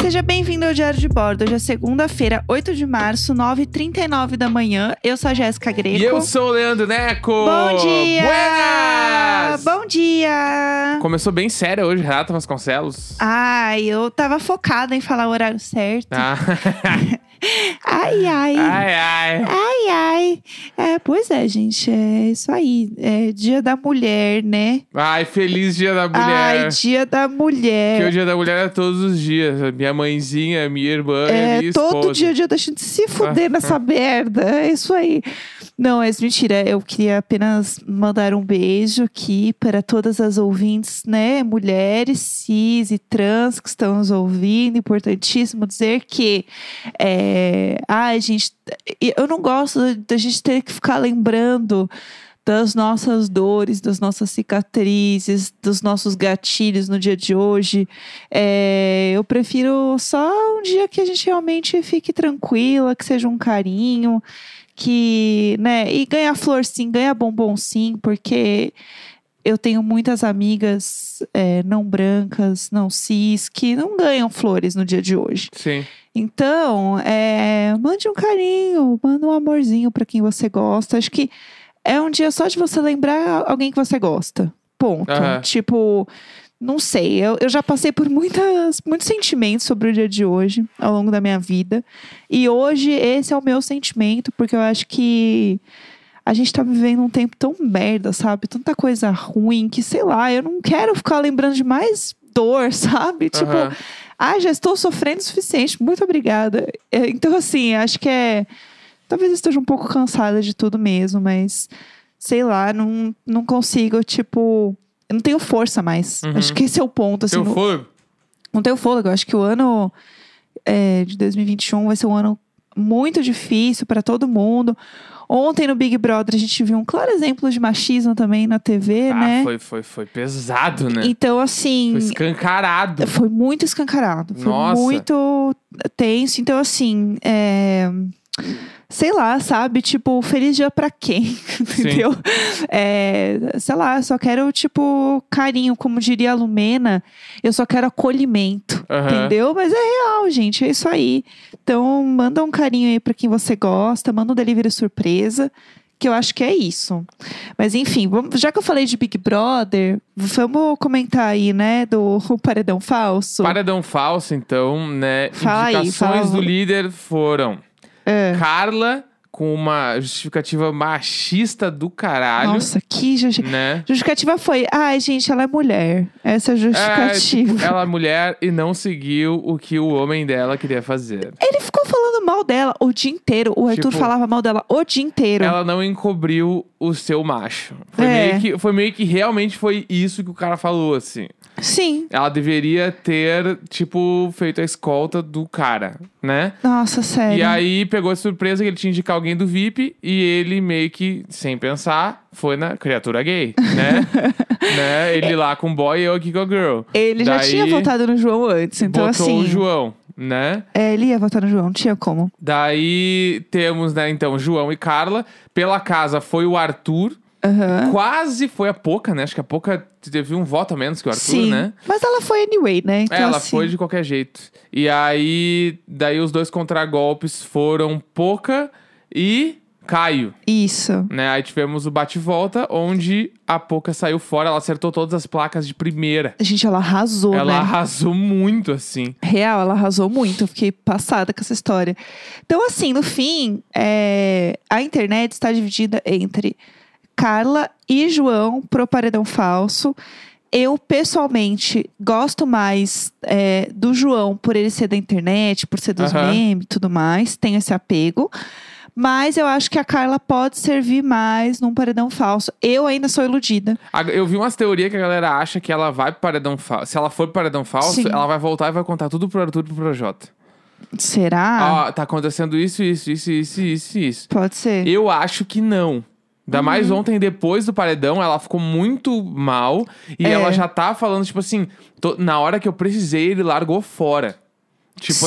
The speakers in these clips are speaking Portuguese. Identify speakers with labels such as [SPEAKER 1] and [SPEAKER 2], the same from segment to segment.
[SPEAKER 1] Seja bem-vindo ao Diário de Bordo. Hoje é segunda-feira, 8 de março, 9h39 da manhã. Eu sou a Jéssica Greco.
[SPEAKER 2] E eu sou o Leandro Neco!
[SPEAKER 1] Bom dia!
[SPEAKER 2] Buenas!
[SPEAKER 1] Bom dia!
[SPEAKER 2] Começou bem séria hoje, Renata Vasconcelos.
[SPEAKER 1] Ai, eu tava focada em falar o horário certo.
[SPEAKER 2] Ah.
[SPEAKER 1] Ai, ai.
[SPEAKER 2] ai, ai.
[SPEAKER 1] Ai, ai. É, pois é, gente. É isso aí. É dia da mulher, né?
[SPEAKER 2] Ai, feliz dia da mulher.
[SPEAKER 1] Ai, dia da
[SPEAKER 2] que o
[SPEAKER 1] mulher.
[SPEAKER 2] dia da mulher é todos os dias. Minha mãezinha, minha irmã e minha
[SPEAKER 1] É,
[SPEAKER 2] esposa. Ah,
[SPEAKER 1] todo dia, dia da gente se fuder nessa merda. É isso aí. Não, é mentira. Eu queria apenas mandar um beijo aqui para todas as ouvintes, né? Mulheres, cis e trans que estão nos ouvindo. Importantíssimo dizer que. É, ai, gente. Eu não gosto da gente ter que ficar lembrando. Das nossas dores, das nossas cicatrizes, dos nossos gatilhos no dia de hoje. É, eu prefiro só um dia que a gente realmente fique tranquila, que seja um carinho, que, né, e ganhar flor sim, ganhar bombom sim, porque eu tenho muitas amigas é, não brancas, não cis, que não ganham flores no dia de hoje.
[SPEAKER 2] Sim.
[SPEAKER 1] Então, é, mande um carinho, manda um amorzinho pra quem você gosta. Acho que é um dia só de você lembrar alguém que você gosta. Ponto.
[SPEAKER 2] Aham.
[SPEAKER 1] Tipo, não sei. Eu, eu já passei por muitas, muitos sentimentos sobre o dia de hoje, ao longo da minha vida. E hoje esse é o meu sentimento, porque eu acho que a gente tá vivendo um tempo tão merda, sabe? Tanta coisa ruim que, sei lá, eu não quero ficar lembrando de mais dor, sabe? Tipo,
[SPEAKER 2] Aham.
[SPEAKER 1] ah, já estou sofrendo o suficiente, muito obrigada. É, Então, assim, acho que é. Talvez eu esteja um pouco cansada de tudo mesmo, mas sei lá, não, não consigo, tipo. Eu não tenho força mais.
[SPEAKER 2] Uhum.
[SPEAKER 1] Acho que esse é o ponto, assim.
[SPEAKER 2] Eu
[SPEAKER 1] não-
[SPEAKER 2] fui.
[SPEAKER 1] não tenho fôlego. Eu acho que o ano é, de 2021 vai ser um ano muito difícil para todo mundo. Ontem no Big Brother a gente viu um claro exemplo de machismo também na TV,
[SPEAKER 2] Ah,
[SPEAKER 1] né?
[SPEAKER 2] foi, foi, foi pesado, né?
[SPEAKER 1] Então, assim.
[SPEAKER 2] Foi escancarado.
[SPEAKER 1] Foi muito escancarado. Foi
[SPEAKER 2] Nossa.
[SPEAKER 1] muito tenso. Então, assim, é, sei lá, sabe? Tipo, feliz dia pra quem, entendeu? É, sei lá, só quero, tipo, carinho. Como diria a Lumena, eu só quero acolhimento.
[SPEAKER 2] Aham.
[SPEAKER 1] Entendeu? Mas é real, gente. É isso aí. Então, manda um carinho aí pra quem você gosta, manda um delivery surpresa, que eu acho que é isso. Mas enfim, vamos- já que eu falei de Big Brother, vamos comentar aí, né, do paredão falso.
[SPEAKER 2] Paredão falso, então, né?
[SPEAKER 1] Fala um aí,
[SPEAKER 2] Indicações
[SPEAKER 1] fala.
[SPEAKER 2] do líder foram
[SPEAKER 1] É.
[SPEAKER 2] Carla, com uma justificativa machista do caralho.
[SPEAKER 1] Nossa, que justi-
[SPEAKER 2] Né?
[SPEAKER 1] justificativa foi. Ai, gente, ela é mulher. Essa é a
[SPEAKER 2] É, tipo,
[SPEAKER 1] justificativa.
[SPEAKER 2] ela é mulher e não seguiu o que o homem dela queria fazer.
[SPEAKER 1] Ele ficou falando mal dela o dia inteiro. O Arthur
[SPEAKER 2] Tipo,
[SPEAKER 1] falava mal dela o dia inteiro.
[SPEAKER 2] Ela não encobriu o seu macho. Foi,
[SPEAKER 1] É.
[SPEAKER 2] meio que, foi meio que realmente foi isso que o cara falou, assim.
[SPEAKER 1] Sim.
[SPEAKER 2] Ela deveria ter, tipo, feito a escolta do cara, né?
[SPEAKER 1] Nossa, sério.
[SPEAKER 2] E aí pegou de surpresa que ele tinha indicado alguém do VIP e ele meio que, sem pensar, foi na criatura gay, né? né? Ele lá com o boy e eu aqui com a girl.
[SPEAKER 1] Ele já
[SPEAKER 2] Daí,
[SPEAKER 1] tinha votado no João antes, então
[SPEAKER 2] botou
[SPEAKER 1] assim.
[SPEAKER 2] o João, né?
[SPEAKER 1] É, ele ia votar no João, não tinha como.
[SPEAKER 2] Daí temos, né, então, João e Carla. Pela casa foi o Arthur.
[SPEAKER 1] Aham.
[SPEAKER 2] Quase foi a Poca, né? Acho que a Poca teve um voto a menos que o Arthur,
[SPEAKER 1] Sim.
[SPEAKER 2] né?
[SPEAKER 1] Mas ela foi anyway, né? Então,
[SPEAKER 2] É, ela
[SPEAKER 1] assim,
[SPEAKER 2] foi de qualquer jeito. E aí, daí os dois contragolpes foram Poca e Caio,
[SPEAKER 1] Isso.
[SPEAKER 2] né? Aí tivemos o bate-volta, onde a Poca saiu fora. Ela acertou todas as placas de primeira.
[SPEAKER 1] Gente, ela arrasou,
[SPEAKER 2] ela
[SPEAKER 1] né?
[SPEAKER 2] arrasou muito, assim.
[SPEAKER 1] Real, ela arrasou muito. Eu fiquei passada com essa história. Então, assim, no fim, é, a internet está dividida entre Carla e João pro paredão falso. Eu, pessoalmente, gosto mais é, do João por ele ser da internet, por ser dos
[SPEAKER 2] Aham.
[SPEAKER 1] memes e tudo mais. Tenho esse apego. Mas eu acho que a Carla pode servir mais num paredão falso. Eu ainda sou iludida.
[SPEAKER 2] A- Eu vi umas teorias que a galera acha que ela vai pro paredão falso. Se ela for pro paredão falso,
[SPEAKER 1] Sim.
[SPEAKER 2] ela vai voltar e vai contar tudo pro Arthur e pro Projota.
[SPEAKER 1] Será?
[SPEAKER 2] Ó, tá acontecendo isso, isso, isso, isso, isso, isso.
[SPEAKER 1] Pode ser.
[SPEAKER 2] Eu acho que não.
[SPEAKER 1] Uhum.
[SPEAKER 2] Ainda mais ontem, depois do paredão, ela ficou muito mal. E
[SPEAKER 1] É.
[SPEAKER 2] ela já tá falando, tipo assim, tô- na hora que eu precisei, ele largou fora. Tipo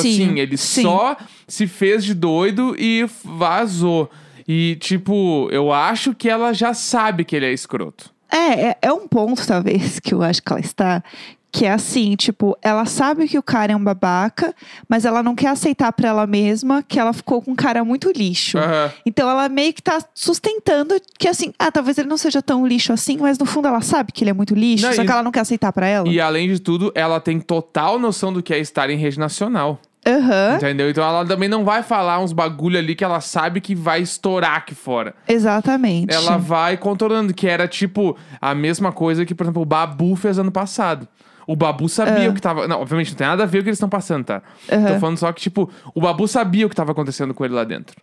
[SPEAKER 1] Sim,
[SPEAKER 2] assim, ele
[SPEAKER 1] sim.
[SPEAKER 2] só se fez de doido e vazou. E, tipo, eu acho que ela já sabe que ele é escroto.
[SPEAKER 1] É, é, é um ponto, talvez, que eu acho que ela está. Que é assim, tipo, ela sabe que o cara é um babaca, mas ela não quer aceitar pra ela mesma que ela ficou com um cara muito lixo.
[SPEAKER 2] Aham.
[SPEAKER 1] Então ela meio que tá sustentando que assim, ah, talvez ele não seja tão lixo assim, mas no fundo ela sabe que ele é muito lixo,
[SPEAKER 2] Não,
[SPEAKER 1] só
[SPEAKER 2] e-
[SPEAKER 1] que ela não quer aceitar pra ela.
[SPEAKER 2] E além de tudo, ela tem total noção do que é estar em rede nacional.
[SPEAKER 1] Aham,
[SPEAKER 2] Entendeu? Então ela também não vai falar uns bagulho ali que ela sabe que vai estourar aqui fora.
[SPEAKER 1] exatamente.
[SPEAKER 2] Ela vai contornando, que era tipo a mesma coisa que, por exemplo, o Babu fez ano passado. O Babu sabia o que tava. Não, obviamente não tem nada a ver o que eles estão passando, tá? Tô falando só que, tipo, o Babu sabia o que tava acontecendo com ele lá dentro.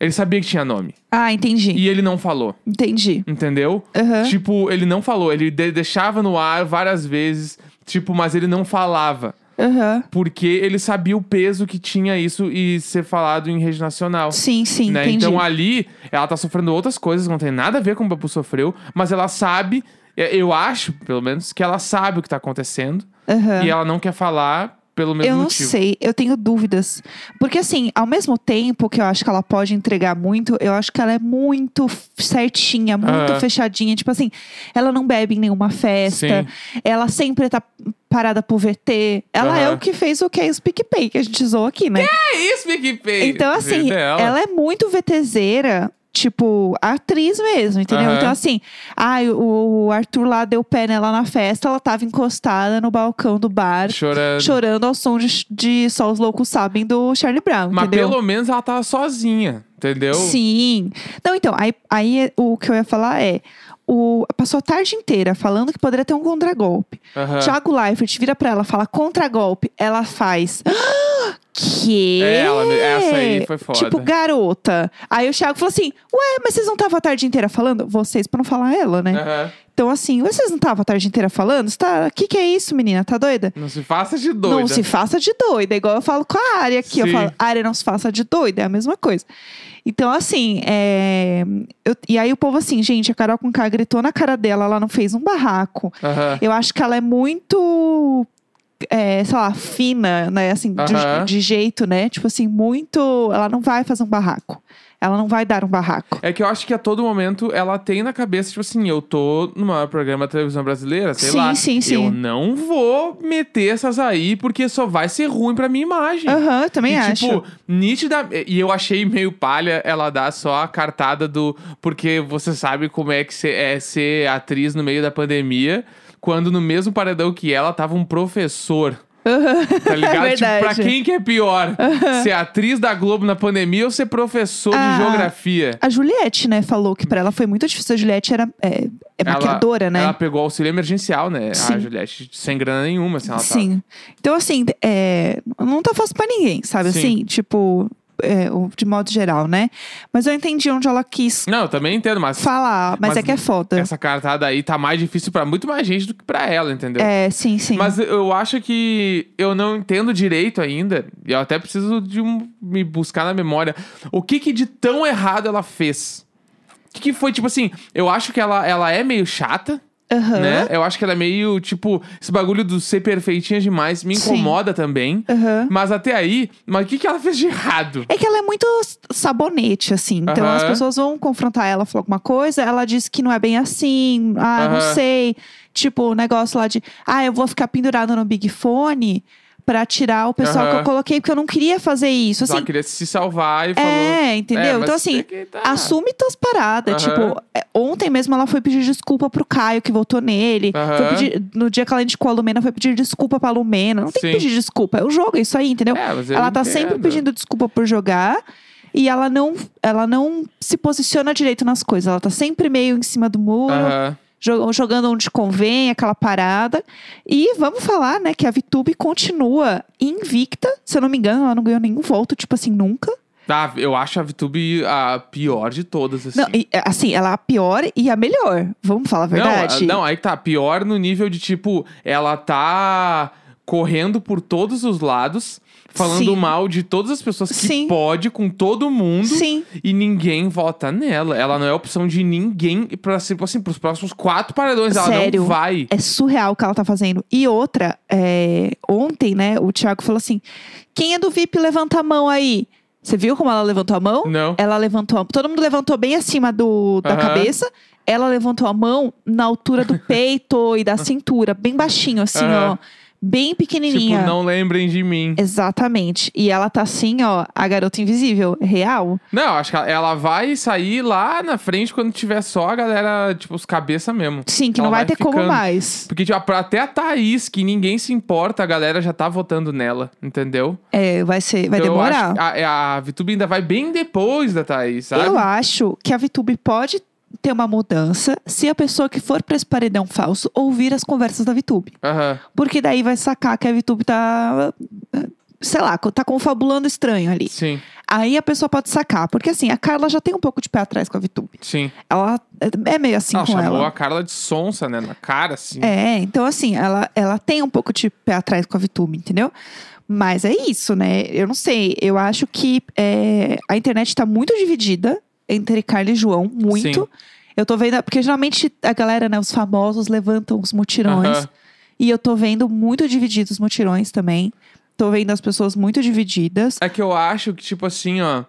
[SPEAKER 2] Ele sabia que tinha nome.
[SPEAKER 1] Ah, entendi.
[SPEAKER 2] E ele não falou.
[SPEAKER 1] Entendi.
[SPEAKER 2] Entendeu?
[SPEAKER 1] Aham.
[SPEAKER 2] Tipo, ele não falou. Ele de- deixava no ar várias vezes, tipo, mas ele não falava.
[SPEAKER 1] Aham.
[SPEAKER 2] Porque ele sabia o peso que tinha isso e ser falado em rede nacional.
[SPEAKER 1] Sim, sim,
[SPEAKER 2] né?
[SPEAKER 1] entendi.
[SPEAKER 2] Então ali, ela tá sofrendo outras coisas, não tem nada a ver com o Babu sofreu, mas ela sabe, é, eu acho, pelo menos, que ela sabe o que tá acontecendo
[SPEAKER 1] Aham.
[SPEAKER 2] e ela não quer falar pelo mesmo
[SPEAKER 1] É. Eu não
[SPEAKER 2] motivo.
[SPEAKER 1] sei, eu tenho dúvidas. Porque, assim, ao mesmo tempo que eu acho que ela pode entregar muito, eu acho que ela é muito f- certinha, muito
[SPEAKER 2] Aham.
[SPEAKER 1] fechadinha. Tipo assim, ela não bebe em nenhuma festa, ela sempre tá parada pro VT. Ela é
[SPEAKER 2] Aham.
[SPEAKER 1] o que fez o que é os PicPay, que a gente zoou aqui, né?
[SPEAKER 2] É isso, Big Pay.
[SPEAKER 1] Então, assim,
[SPEAKER 2] Dela.
[SPEAKER 1] ela é muito VTZera. Tipo, atriz mesmo, entendeu?
[SPEAKER 2] Aham.
[SPEAKER 1] Então, assim, ai, o o Arthur lá deu pé nela na festa, ela tava encostada no balcão do bar,
[SPEAKER 2] Chorando.
[SPEAKER 1] chorando ao som de, de Só os Loucos Sabem do Charlie Brown,
[SPEAKER 2] Mas
[SPEAKER 1] entendeu?
[SPEAKER 2] pelo menos ela tava sozinha, entendeu?
[SPEAKER 1] Sim. Não, então, aí, aí é- o que eu ia falar é. O, passou a tarde inteira falando que poderia ter um contragolpe.
[SPEAKER 2] Aham.
[SPEAKER 1] Tiago Leifert vira pra ela, fala contragolpe. Ela faz. "Ah, Que?
[SPEAKER 2] É, ela- essa aí foi foda.
[SPEAKER 1] Tipo, garota. Aí o Thiago falou assim: Ué, mas vocês não estavam a tarde inteira falando? Vocês, pra não falar ela, né?
[SPEAKER 2] Aham.
[SPEAKER 1] Então, assim, "Ué, vocês não estavam a tarde inteira falando? Você tá. O que, que é isso, menina? Tá doida?
[SPEAKER 2] Não se faça de doida.
[SPEAKER 1] Não se faça de doida, igual eu falo com a área aqui. Eu
[SPEAKER 2] Sim.
[SPEAKER 1] falo, área não se faça de doida, é a mesma coisa. Então, assim, é, eu- e aí o povo assim, gente, a Carol com K gritou na cara dela, ela não fez um barraco.
[SPEAKER 2] Aham.
[SPEAKER 1] Eu acho que ela é muito, é, sei lá, fina, né? Assim, de-
[SPEAKER 2] Aham.
[SPEAKER 1] de, jeito, né? Tipo assim, muito. Ela não vai fazer um barraco. Ela não vai dar um barraco.
[SPEAKER 2] É que eu acho que a todo momento ela tem na cabeça, tipo assim, eu tô no maior programa da televisão brasileira, sei
[SPEAKER 1] Sim,
[SPEAKER 2] lá.
[SPEAKER 1] sim, sim.
[SPEAKER 2] Eu não vou meter essas aí, porque só vai ser ruim pra minha imagem.
[SPEAKER 1] Aham, eu também
[SPEAKER 2] É, e,
[SPEAKER 1] acho.
[SPEAKER 2] tipo, nítida. E eu achei meio palha ela dar só a cartada do. Porque você sabe como é que cê- é ser atriz no meio da pandemia. Quando no mesmo paredão que ela tava um professor. Tá ligado?
[SPEAKER 1] É verdade.
[SPEAKER 2] Tipo, pra quem que é pior? Ser atriz da Globo na pandemia ou ser professor
[SPEAKER 1] Ah.
[SPEAKER 2] de geografia?
[SPEAKER 1] A Juliette, né, falou que pra ela foi muito difícil. A Juliette era é, é
[SPEAKER 2] Ela-
[SPEAKER 1] maquiadora, né?
[SPEAKER 2] Ela pegou auxílio emergencial, né? A
[SPEAKER 1] Sim.
[SPEAKER 2] Juliette, sem grana nenhuma, assim, ela tava.
[SPEAKER 1] Sim. Então, assim, é, não tá fácil pra ninguém, sabe?
[SPEAKER 2] Sim.
[SPEAKER 1] Assim, tipo, é, o- de modo geral, né? Mas eu entendi onde ela quis
[SPEAKER 2] Não, eu também entendo, mas
[SPEAKER 1] falar, mas,
[SPEAKER 2] Mas
[SPEAKER 1] é que é foda.
[SPEAKER 2] essa cartada aí tá mais difícil pra muito mais gente do que pra ela, entendeu?
[SPEAKER 1] É, sim, sim.
[SPEAKER 2] Mas eu acho que eu não entendo direito ainda. E eu até preciso de um- me buscar na memória. O que que de tão errado ela fez? O que, que foi, tipo assim, eu acho que ela, ela é meio chata,
[SPEAKER 1] Aham.
[SPEAKER 2] né? Eu acho que ela é meio, tipo, esse bagulho do ser perfeitinha demais me
[SPEAKER 1] Sim.
[SPEAKER 2] incomoda também.
[SPEAKER 1] Aham.
[SPEAKER 2] Mas até aí, mas o que, que ela fez de errado?
[SPEAKER 1] É que ela é muito s- sabonete, assim. Então
[SPEAKER 2] Aham.
[SPEAKER 1] as pessoas vão confrontar ela, falar alguma coisa, ela diz que não é bem assim, ah,
[SPEAKER 2] Aham.
[SPEAKER 1] não sei. Tipo, o negócio lá de, ah, eu vou ficar pendurada no Big Fone pra tirar o pessoal que
[SPEAKER 2] Aham.
[SPEAKER 1] eu coloquei, porque eu não queria fazer isso.
[SPEAKER 2] Ela
[SPEAKER 1] Assim,
[SPEAKER 2] queria se salvar e falou.
[SPEAKER 1] é, entendeu?
[SPEAKER 2] "É, mas
[SPEAKER 1] então, assim,
[SPEAKER 2] tem que tá."
[SPEAKER 1] Assume tuas paradas.
[SPEAKER 2] Aham.
[SPEAKER 1] Tipo, é, ontem mesmo ela foi pedir desculpa pro Caio, que votou nele.
[SPEAKER 2] Aham.
[SPEAKER 1] Foi pedir- no dia que ela indicou a Lumena, foi pedir desculpa pra Lumena. Não tem
[SPEAKER 2] Sim.
[SPEAKER 1] que pedir desculpa. É o jogo, é isso aí, entendeu?
[SPEAKER 2] É, mas eu
[SPEAKER 1] ela tá
[SPEAKER 2] entendo.
[SPEAKER 1] sempre pedindo desculpa por jogar. E ela não, ela não se posiciona direito nas coisas. Ela tá sempre meio em cima do muro,
[SPEAKER 2] Aham.
[SPEAKER 1] jo- jogando onde convém, aquela parada. E vamos falar, né, que a Vitube continua invicta. Se eu não me engano, ela não ganhou nenhum voto, tipo assim, nunca.
[SPEAKER 2] Ah, eu acho a VTube a pior de todas, assim.
[SPEAKER 1] Não, e, é, assim, ela é a pior e a melhor. Vamos falar a
[SPEAKER 2] Não,
[SPEAKER 1] verdade.
[SPEAKER 2] a- Não, aí que tá. Pior no nível de, tipo, ela tá correndo por todos os lados, falando
[SPEAKER 1] Sim.
[SPEAKER 2] mal de todas as pessoas que
[SPEAKER 1] Sim.
[SPEAKER 2] pode, com todo um mundo.
[SPEAKER 1] Sim,
[SPEAKER 2] E ninguém vota nela. Ela não é opção de ninguém pra, tipo assim, pros próximos quatro paredões. Ela
[SPEAKER 1] Sério.
[SPEAKER 2] não vai.
[SPEAKER 1] é surreal o que ela tá fazendo. E outra, é, ontem, né, o Thiago falou assim: quem é do VIP levanta a mão aí. Você viu como ela levantou a mão?
[SPEAKER 2] Não.
[SPEAKER 1] Ela levantou a Todo mundo levantou bem acima do, da
[SPEAKER 2] Aham.
[SPEAKER 1] cabeça. ela levantou a mão na altura do peito e da cintura, bem baixinho, assim,
[SPEAKER 2] Aham.
[SPEAKER 1] ó. Bem pequenininha.
[SPEAKER 2] Tipo, não lembrem de mim.
[SPEAKER 1] Exatamente. E ela tá assim, ó, a garota invisível, real.
[SPEAKER 2] Não, acho que ela- ela vai sair lá na frente quando tiver só a galera, tipo, os cabeça mesmo.
[SPEAKER 1] Sim, que
[SPEAKER 2] Ela
[SPEAKER 1] não vai,
[SPEAKER 2] vai
[SPEAKER 1] ter como
[SPEAKER 2] ficando.
[SPEAKER 1] mais.
[SPEAKER 2] Porque, tipo, pra- até a Thaís, que ninguém se importa, a galera já tá votando nela, entendeu?
[SPEAKER 1] É, vai ser, vai
[SPEAKER 2] Então eu acho
[SPEAKER 1] demorar.
[SPEAKER 2] que a, a VTube ainda vai bem depois da Thaís, sabe?
[SPEAKER 1] Eu acho que a VTube pode ter uma mudança se a pessoa que for pra esse paredão falso ouvir as conversas da VTube.
[SPEAKER 2] Aham.
[SPEAKER 1] Porque daí vai sacar que a VTube tá. eh, Sei lá, tá confabulando estranho ali.
[SPEAKER 2] Sim,
[SPEAKER 1] Aí a pessoa pode sacar. Porque assim, a Carla já tem um pouco de pé atrás com a VTube.
[SPEAKER 2] sim.
[SPEAKER 1] Ela é meio assim
[SPEAKER 2] ela
[SPEAKER 1] com
[SPEAKER 2] chamou
[SPEAKER 1] ela.
[SPEAKER 2] a Carla de sonsa, né? Na cara, assim.
[SPEAKER 1] É, então assim, ela, ela tem um pouco de pé atrás com a Vitube, entendeu? Mas é isso, né? Eu não sei. Eu acho que é, a internet tá muito dividida entre Carla e João, muito. Eu tô vendo, porque geralmente a galera, né, os famosos levantam os mutirões.
[SPEAKER 2] Aham.
[SPEAKER 1] E eu tô vendo muito divididos os mutirões também. Tô vendo as pessoas muito divididas.
[SPEAKER 2] É que eu acho que, tipo assim, ó.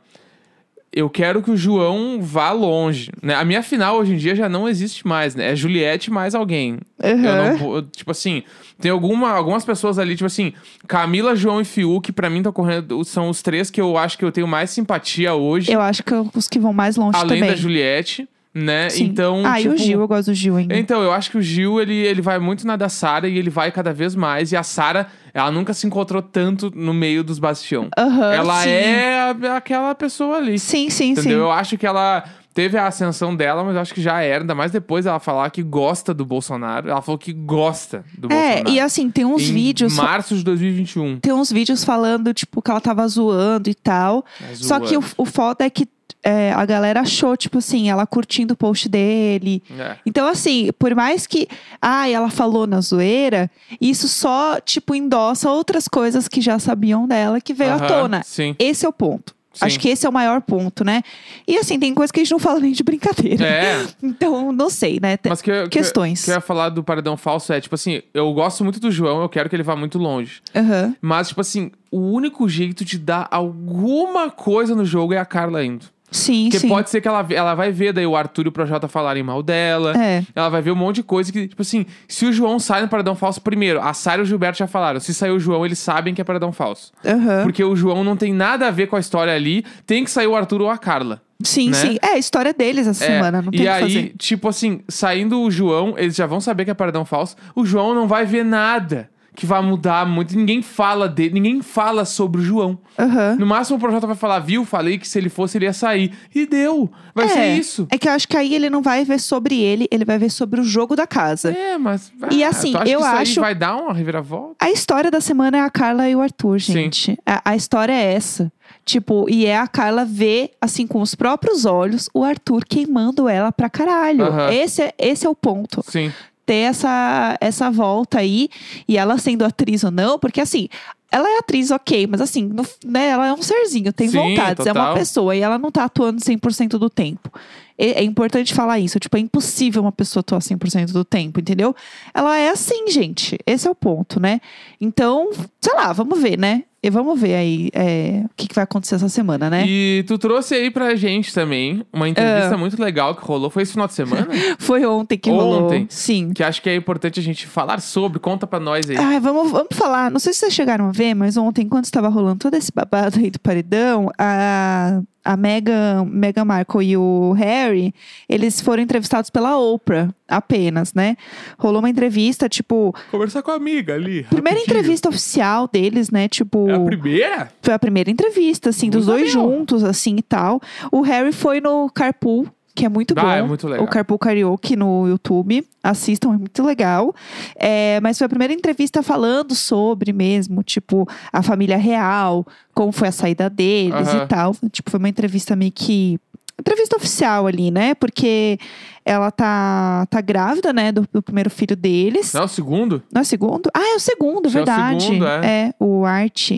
[SPEAKER 2] Eu quero que o João vá longe. Né? A minha final hoje em dia já não existe mais, né? É Juliette mais alguém. Eu não vou- eu, tipo assim, tem alguma, algumas pessoas ali, tipo assim, Camila, João e Fiuk, pra mim tá correndo, são os três que eu acho que eu tenho mais simpatia hoje,
[SPEAKER 1] Eu acho que os que vão mais longe
[SPEAKER 2] além
[SPEAKER 1] também.
[SPEAKER 2] da Juliette, né?
[SPEAKER 1] Sim.
[SPEAKER 2] Então,
[SPEAKER 1] ah,
[SPEAKER 2] tipo,
[SPEAKER 1] e o Gil, eu gosto do Gil ainda.
[SPEAKER 2] Então, eu acho que o Gil, ele, ele vai muito na da Sara e ele vai cada vez mais. E a Sara, ela nunca se encontrou tanto no meio dos bastião.
[SPEAKER 1] Aham,
[SPEAKER 2] ela
[SPEAKER 1] Ah, sim.
[SPEAKER 2] é a- aquela pessoa ali.
[SPEAKER 1] Sim, sim, sim.
[SPEAKER 2] Entendeu? Eu acho que ela teve a ascensão dela, mas eu acho que já era. Ainda mais depois ela falar que gosta do Bolsonaro. Ela falou que gosta do
[SPEAKER 1] É,
[SPEAKER 2] Bolsonaro.
[SPEAKER 1] e assim, tem uns
[SPEAKER 2] em
[SPEAKER 1] vídeos.
[SPEAKER 2] março de 2021.
[SPEAKER 1] tem uns vídeos falando, tipo, que ela tava zoando e tal.
[SPEAKER 2] É
[SPEAKER 1] Só que o,
[SPEAKER 2] zoando.
[SPEAKER 1] o foda é que é, a galera achou, tipo assim, ela curtindo o post dele.
[SPEAKER 2] É.
[SPEAKER 1] Então, assim, por mais que. Ah, ela falou na zoeira, isso só, tipo, endossa outras coisas que já sabiam dela que veio à
[SPEAKER 2] Aham,
[SPEAKER 1] tona.
[SPEAKER 2] Sim.
[SPEAKER 1] Esse é o ponto.
[SPEAKER 2] sim.
[SPEAKER 1] Acho que esse é o maior ponto, né? E assim, tem coisa que a gente não fala nem de brincadeira.
[SPEAKER 2] É,
[SPEAKER 1] Então, não sei, né? Tem
[SPEAKER 2] mas que, eu- que, eu-
[SPEAKER 1] questões.
[SPEAKER 2] que eu ia falar do paredão falso é, tipo assim, eu gosto muito do João, eu quero que ele vá muito longe.
[SPEAKER 1] Aham.
[SPEAKER 2] Mas, tipo assim, o único jeito de dar alguma coisa no jogo é a Carla indo.
[SPEAKER 1] Sim,
[SPEAKER 2] Porque
[SPEAKER 1] sim.
[SPEAKER 2] pode ser que ela, ve- ela vai ver daí o Arthur e o Projota falarem mal dela.
[SPEAKER 1] É.
[SPEAKER 2] Ela vai ver um monte de coisa que, tipo assim, se o João sai no paradão falso primeiro, a Sara e o Gilberto já falaram. Se sair o João, eles sabem que é paradão falso.
[SPEAKER 1] Aham.
[SPEAKER 2] Porque o João não tem nada a ver com a história ali, tem que sair o Arthur ou a Carla.
[SPEAKER 1] Sim,
[SPEAKER 2] né?
[SPEAKER 1] sim. É a história deles essa
[SPEAKER 2] É,
[SPEAKER 1] semana, não tem o
[SPEAKER 2] e
[SPEAKER 1] que
[SPEAKER 2] aí,
[SPEAKER 1] fazer.
[SPEAKER 2] tipo assim, saindo o João, eles já vão saber que é paradão falso. O João não vai ver nada que vai mudar muito. Ninguém fala dele, ninguém fala sobre o João.
[SPEAKER 1] Aham.
[SPEAKER 2] No máximo o Projota vai falar, viu? Falei que se ele fosse, ele ia sair. E deu. Vai
[SPEAKER 1] é,
[SPEAKER 2] ser isso.
[SPEAKER 1] É que eu acho que aí ele não vai ver sobre ele, ele vai ver sobre o jogo da casa.
[SPEAKER 2] É, mas.
[SPEAKER 1] E
[SPEAKER 2] ah,
[SPEAKER 1] assim,
[SPEAKER 2] tu acha
[SPEAKER 1] eu
[SPEAKER 2] que isso
[SPEAKER 1] acho-
[SPEAKER 2] Aí vai dar uma reviravolta?
[SPEAKER 1] A história da semana é a Carla e o Arthur,
[SPEAKER 2] Sim.
[SPEAKER 1] gente. A, a história é essa. Tipo, e é a Carla ver, assim, com os próprios olhos, o Arthur queimando ela pra caralho.
[SPEAKER 2] Aham.
[SPEAKER 1] Esse, é, esse é o ponto.
[SPEAKER 2] Sim.
[SPEAKER 1] Ter essa, essa volta aí, e ela sendo atriz ou não, porque assim. Ela é atriz, ok, mas assim, no- né, ela é um serzinho, tem
[SPEAKER 2] Sim,
[SPEAKER 1] vontades, é uma
[SPEAKER 2] total.
[SPEAKER 1] pessoa e ela não tá atuando 100% do tempo. E- é importante falar isso, tipo, é impossível uma pessoa atuar 100% do tempo, entendeu? Ela é assim, gente, esse é o ponto, né? Então, sei lá, vamos ver, né? E vamos ver aí é, o que, que vai acontecer essa semana, né? Ah.
[SPEAKER 2] E tu trouxe aí pra gente também uma entrevista muito legal que rolou. Foi esse final de semana?
[SPEAKER 1] Foi ontem que rolou.
[SPEAKER 2] Ontem.
[SPEAKER 1] Sim.
[SPEAKER 2] que acho que é importante a gente falar sobre. Conta pra nós aí.
[SPEAKER 1] Ai, vamos, vamos falar. Não sei se vocês chegaram a ver, mas ontem, quando estava rolando todo esse babado aí do paredão, a, a Meghan, Meghan Markle e o Harry, eles foram entrevistados pela Oprah apenas, né? Rolou uma entrevista, tipo,
[SPEAKER 2] Conversar com a amiga ali.
[SPEAKER 1] primeira
[SPEAKER 2] rapidinho.
[SPEAKER 1] entrevista oficial deles, né? Tipo.
[SPEAKER 2] É a primeira?
[SPEAKER 1] Foi a primeira entrevista, assim, dos
[SPEAKER 2] Muito
[SPEAKER 1] dois
[SPEAKER 2] legal.
[SPEAKER 1] juntos, assim e tal. O Harry foi no Carpool, que é muito
[SPEAKER 2] Ah,
[SPEAKER 1] bom.
[SPEAKER 2] é muito legal.
[SPEAKER 1] O Carpool Karaoke no YouTube. Assistam, é muito legal. É, mas foi a primeira entrevista falando sobre mesmo, tipo, a família real, como foi a saída deles
[SPEAKER 2] Aham.
[SPEAKER 1] e tal. Tipo, foi uma entrevista meio que. Entrevista oficial ali, né? Porque ela tá, tá grávida, né? Do, do primeiro filho deles.
[SPEAKER 2] Não, o segundo?
[SPEAKER 1] Não é o segundo? Ah, é o segundo,
[SPEAKER 2] Esse é o
[SPEAKER 1] verdade.
[SPEAKER 2] segundo, é.
[SPEAKER 1] o Art.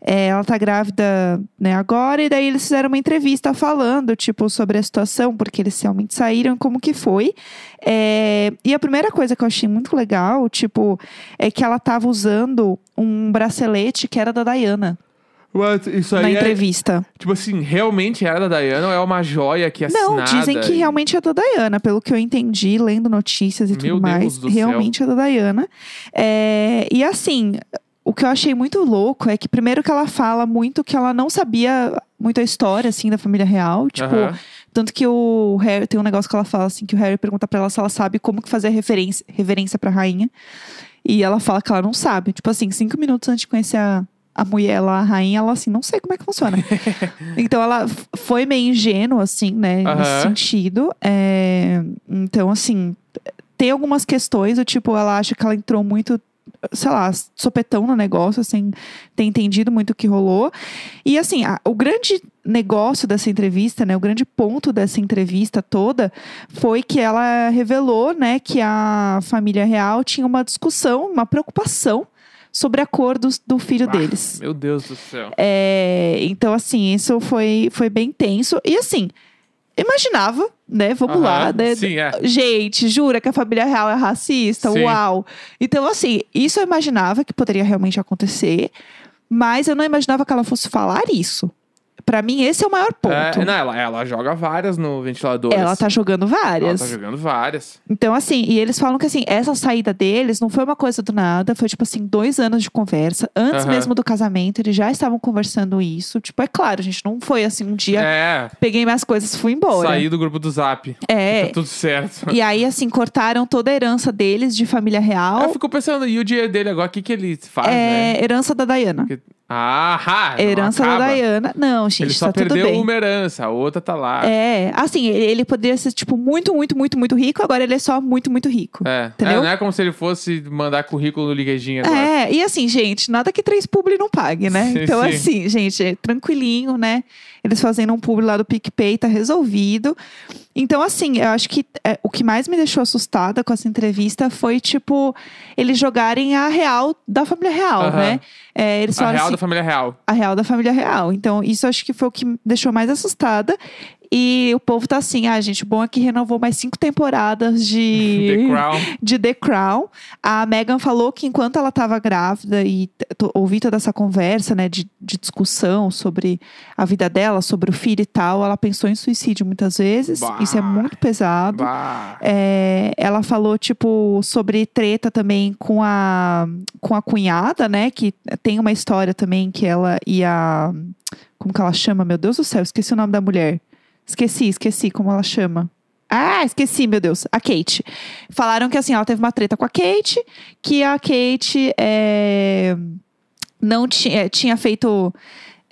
[SPEAKER 1] É, ela tá grávida, né, agora, e daí eles fizeram uma entrevista falando, tipo, sobre a situação, porque eles realmente saíram e como que foi. É, e a primeira coisa que eu achei muito legal, tipo, é que ela tava usando um bracelete que era da Diana.
[SPEAKER 2] What? Isso aí
[SPEAKER 1] na
[SPEAKER 2] é-
[SPEAKER 1] entrevista.
[SPEAKER 2] Tipo assim, realmente era da Diana ou é uma joia que assinada?
[SPEAKER 1] Não, dizem que
[SPEAKER 2] e-
[SPEAKER 1] realmente é da Dayana, pelo que eu entendi, lendo notícias e
[SPEAKER 2] Meu
[SPEAKER 1] tudo
[SPEAKER 2] Deus
[SPEAKER 1] mais.
[SPEAKER 2] do
[SPEAKER 1] realmente é da Dayana. É, e assim, o que eu achei muito louco é que, primeiro, que ela fala muito que ela não sabia muito a história, assim, da família real. Tipo,
[SPEAKER 2] Aham.
[SPEAKER 1] tanto que o Harry, tem um negócio que ela fala, assim, que o Harry pergunta pra ela se ela sabe como que fazer a referência, reverência pra rainha. E ela fala que ela não sabe. Tipo assim, cinco minutos antes de conhecer a, a mulher lá, a rainha, ela assim, não sei como é que funciona. então ela f- foi meio ingênua, assim, né? Nesse
[SPEAKER 2] Aham.
[SPEAKER 1] sentido. É, Então, assim, tem algumas questões, do tipo, ela acha que ela entrou muito, sei lá, sopetão no negócio, assim, sem ter entendido muito o que rolou. E assim, a- o grande negócio dessa entrevista, né? O grande ponto dessa entrevista toda foi que ela revelou, né, que a família real tinha uma discussão, uma preocupação sobre acordos do filho
[SPEAKER 2] Ah,
[SPEAKER 1] deles.
[SPEAKER 2] Meu Deus do céu.
[SPEAKER 1] É, então, assim, isso foi, foi bem tenso. E assim, imaginava, né? Vamos lá,
[SPEAKER 2] Aham.
[SPEAKER 1] né?
[SPEAKER 2] Sim, é.
[SPEAKER 1] Gente, jura que a família real é racista?
[SPEAKER 2] Sim.
[SPEAKER 1] Uau! Então, assim, isso eu imaginava que poderia realmente acontecer, mas eu não imaginava que ela fosse falar isso. Pra mim, esse é o maior ponto.
[SPEAKER 2] É, não, ela, ela joga várias no ventilador.
[SPEAKER 1] ela tá jogando
[SPEAKER 2] Ela
[SPEAKER 1] várias.
[SPEAKER 2] tá jogando várias.
[SPEAKER 1] Então, assim, e eles falam que assim, essa saída deles não foi uma coisa do nada, foi tipo assim, dois anos de conversa. Antes
[SPEAKER 2] Aham.
[SPEAKER 1] mesmo do casamento, eles já estavam conversando isso. Tipo, é claro, gente, não foi assim, um dia
[SPEAKER 2] É,
[SPEAKER 1] peguei minhas coisas e fui embora.
[SPEAKER 2] saí do grupo do Zap.
[SPEAKER 1] né? É.
[SPEAKER 2] Tá tudo certo.
[SPEAKER 1] E aí, assim, cortaram toda a herança deles de família
[SPEAKER 2] Eu
[SPEAKER 1] real.
[SPEAKER 2] fico pensando, e o dinheiro dele agora, o que, que ele faz, né?
[SPEAKER 1] Então- É herança da Dayana.
[SPEAKER 2] Que- Ah, ah, não
[SPEAKER 1] Herança da
[SPEAKER 2] acaba.
[SPEAKER 1] Dayana. Não, gente,
[SPEAKER 2] Ele só
[SPEAKER 1] tá tudo
[SPEAKER 2] perdeu um
[SPEAKER 1] bem.
[SPEAKER 2] uma herança, a outra tá lá.
[SPEAKER 1] É, assim, ele- ele poderia ser, tipo, muito, muito, muito, muito rico, agora ele é só muito, muito rico.
[SPEAKER 2] É.
[SPEAKER 1] Entendeu?
[SPEAKER 2] É, não é como se ele fosse mandar currículo no LinkedIn agora.
[SPEAKER 1] É, e assim, gente, nada que três publi não pague, né?
[SPEAKER 2] Sim,
[SPEAKER 1] então,
[SPEAKER 2] sim.
[SPEAKER 1] assim, gente, é tranquilinho, né? Eles fazendo um publi lá do PicPay, tá resolvido. Então, assim, eu acho que é, o que mais me deixou assustada com essa entrevista foi, tipo, eles jogarem a real da família real,
[SPEAKER 2] Aham.
[SPEAKER 1] né? É, eles
[SPEAKER 2] A
[SPEAKER 1] falaram
[SPEAKER 2] real
[SPEAKER 1] assim,
[SPEAKER 2] da família real.
[SPEAKER 1] a real da família real. Então, isso acho que foi o que me deixou mais assustada. E o povo tá assim, ah, gente, o bom é que renovou mais cinco temporadas de
[SPEAKER 2] The Crown.
[SPEAKER 1] de The Crown. A Meghan falou que enquanto ela estava grávida e t- to- ouvi toda essa conversa, né, de, de discussão sobre a vida dela, sobre o filho e tal, ela pensou em suicídio muitas vezes.
[SPEAKER 2] Bah.
[SPEAKER 1] Isso é muito pesado.
[SPEAKER 2] Bah.
[SPEAKER 1] É, ela falou, tipo, sobre treta também com a, com a cunhada, né? Que tem uma história também que ela e a. Como que ela chama? Meu Deus do céu, esqueci o nome da mulher. Esqueci, esqueci como ela chama. Ah, esqueci, meu Deus. A Kate. Falaram que assim, ela teve uma treta com a Kate, que a Kate é, não tinha, é, tinha feito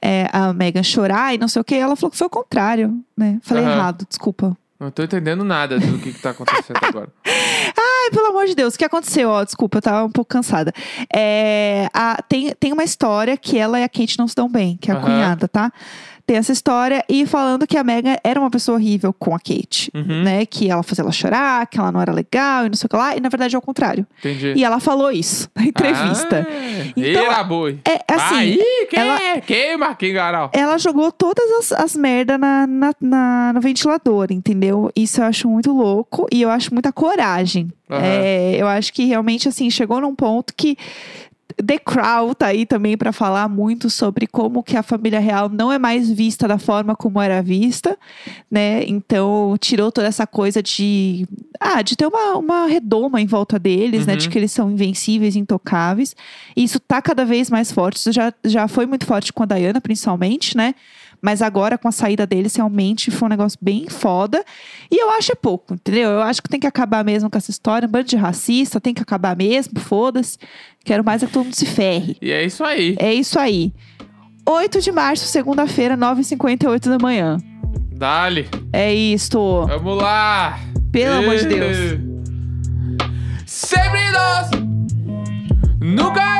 [SPEAKER 1] é, a Megan chorar e não sei o que. Ela falou que foi o contrário, né? Falei
[SPEAKER 2] Aham.
[SPEAKER 1] errado, desculpa.
[SPEAKER 2] Não tô entendendo nada do que, que tá acontecendo agora.
[SPEAKER 1] Ai, pelo amor de Deus, o que aconteceu? Ó, desculpa, eu tava um pouco cansada. É, a- tem, tem uma história que ela e a Kate não se dão bem, que é a
[SPEAKER 2] Aham.
[SPEAKER 1] cunhada, tá? Tem essa história e falando que a Megan era uma pessoa horrível com a Kate,
[SPEAKER 2] Uhum,
[SPEAKER 1] né? Que ela fazia ela chorar, que ela não era legal e não sei o que lá. E na verdade é o contrário.
[SPEAKER 2] Entendi.
[SPEAKER 1] E ela falou isso na entrevista.
[SPEAKER 2] Ah,
[SPEAKER 1] Então,
[SPEAKER 2] era boi.
[SPEAKER 1] É assim.
[SPEAKER 2] Aí, quem
[SPEAKER 1] ela-
[SPEAKER 2] é? Queima, Marquinhos Garal.
[SPEAKER 1] Ela jogou todas as, as merdas na, na- na- no ventilador, entendeu? Isso eu acho muito louco e eu acho muita coragem.
[SPEAKER 2] Aham.
[SPEAKER 1] É, eu acho que realmente, assim, chegou num ponto que The Crown tá aí também pra falar muito sobre como que a família real não é mais vista da forma como era vista, né? Então, tirou toda essa coisa de... Ah, de ter uma, uma redoma em volta deles, né?
[SPEAKER 2] Uhum.
[SPEAKER 1] De que eles são invencíveis, intocáveis. E isso tá cada vez mais forte. Isso já, já foi muito forte com a Diana, principalmente, né? Mas agora, com a saída deles, realmente foi um negócio bem foda. E eu acho é pouco, entendeu? Eu acho que tem que acabar mesmo com essa história. Um bando de racista, tem que acabar mesmo, foda-se. Quero mais é que todo mundo se ferre.
[SPEAKER 2] E é isso aí.
[SPEAKER 1] É isso aí. 8 de março, segunda-feira, 9h58 da manhã.
[SPEAKER 2] Dali.
[SPEAKER 1] É isto.
[SPEAKER 2] Vamos lá.
[SPEAKER 1] Pelo amor de Deus.
[SPEAKER 2] Sempre nós. Nunca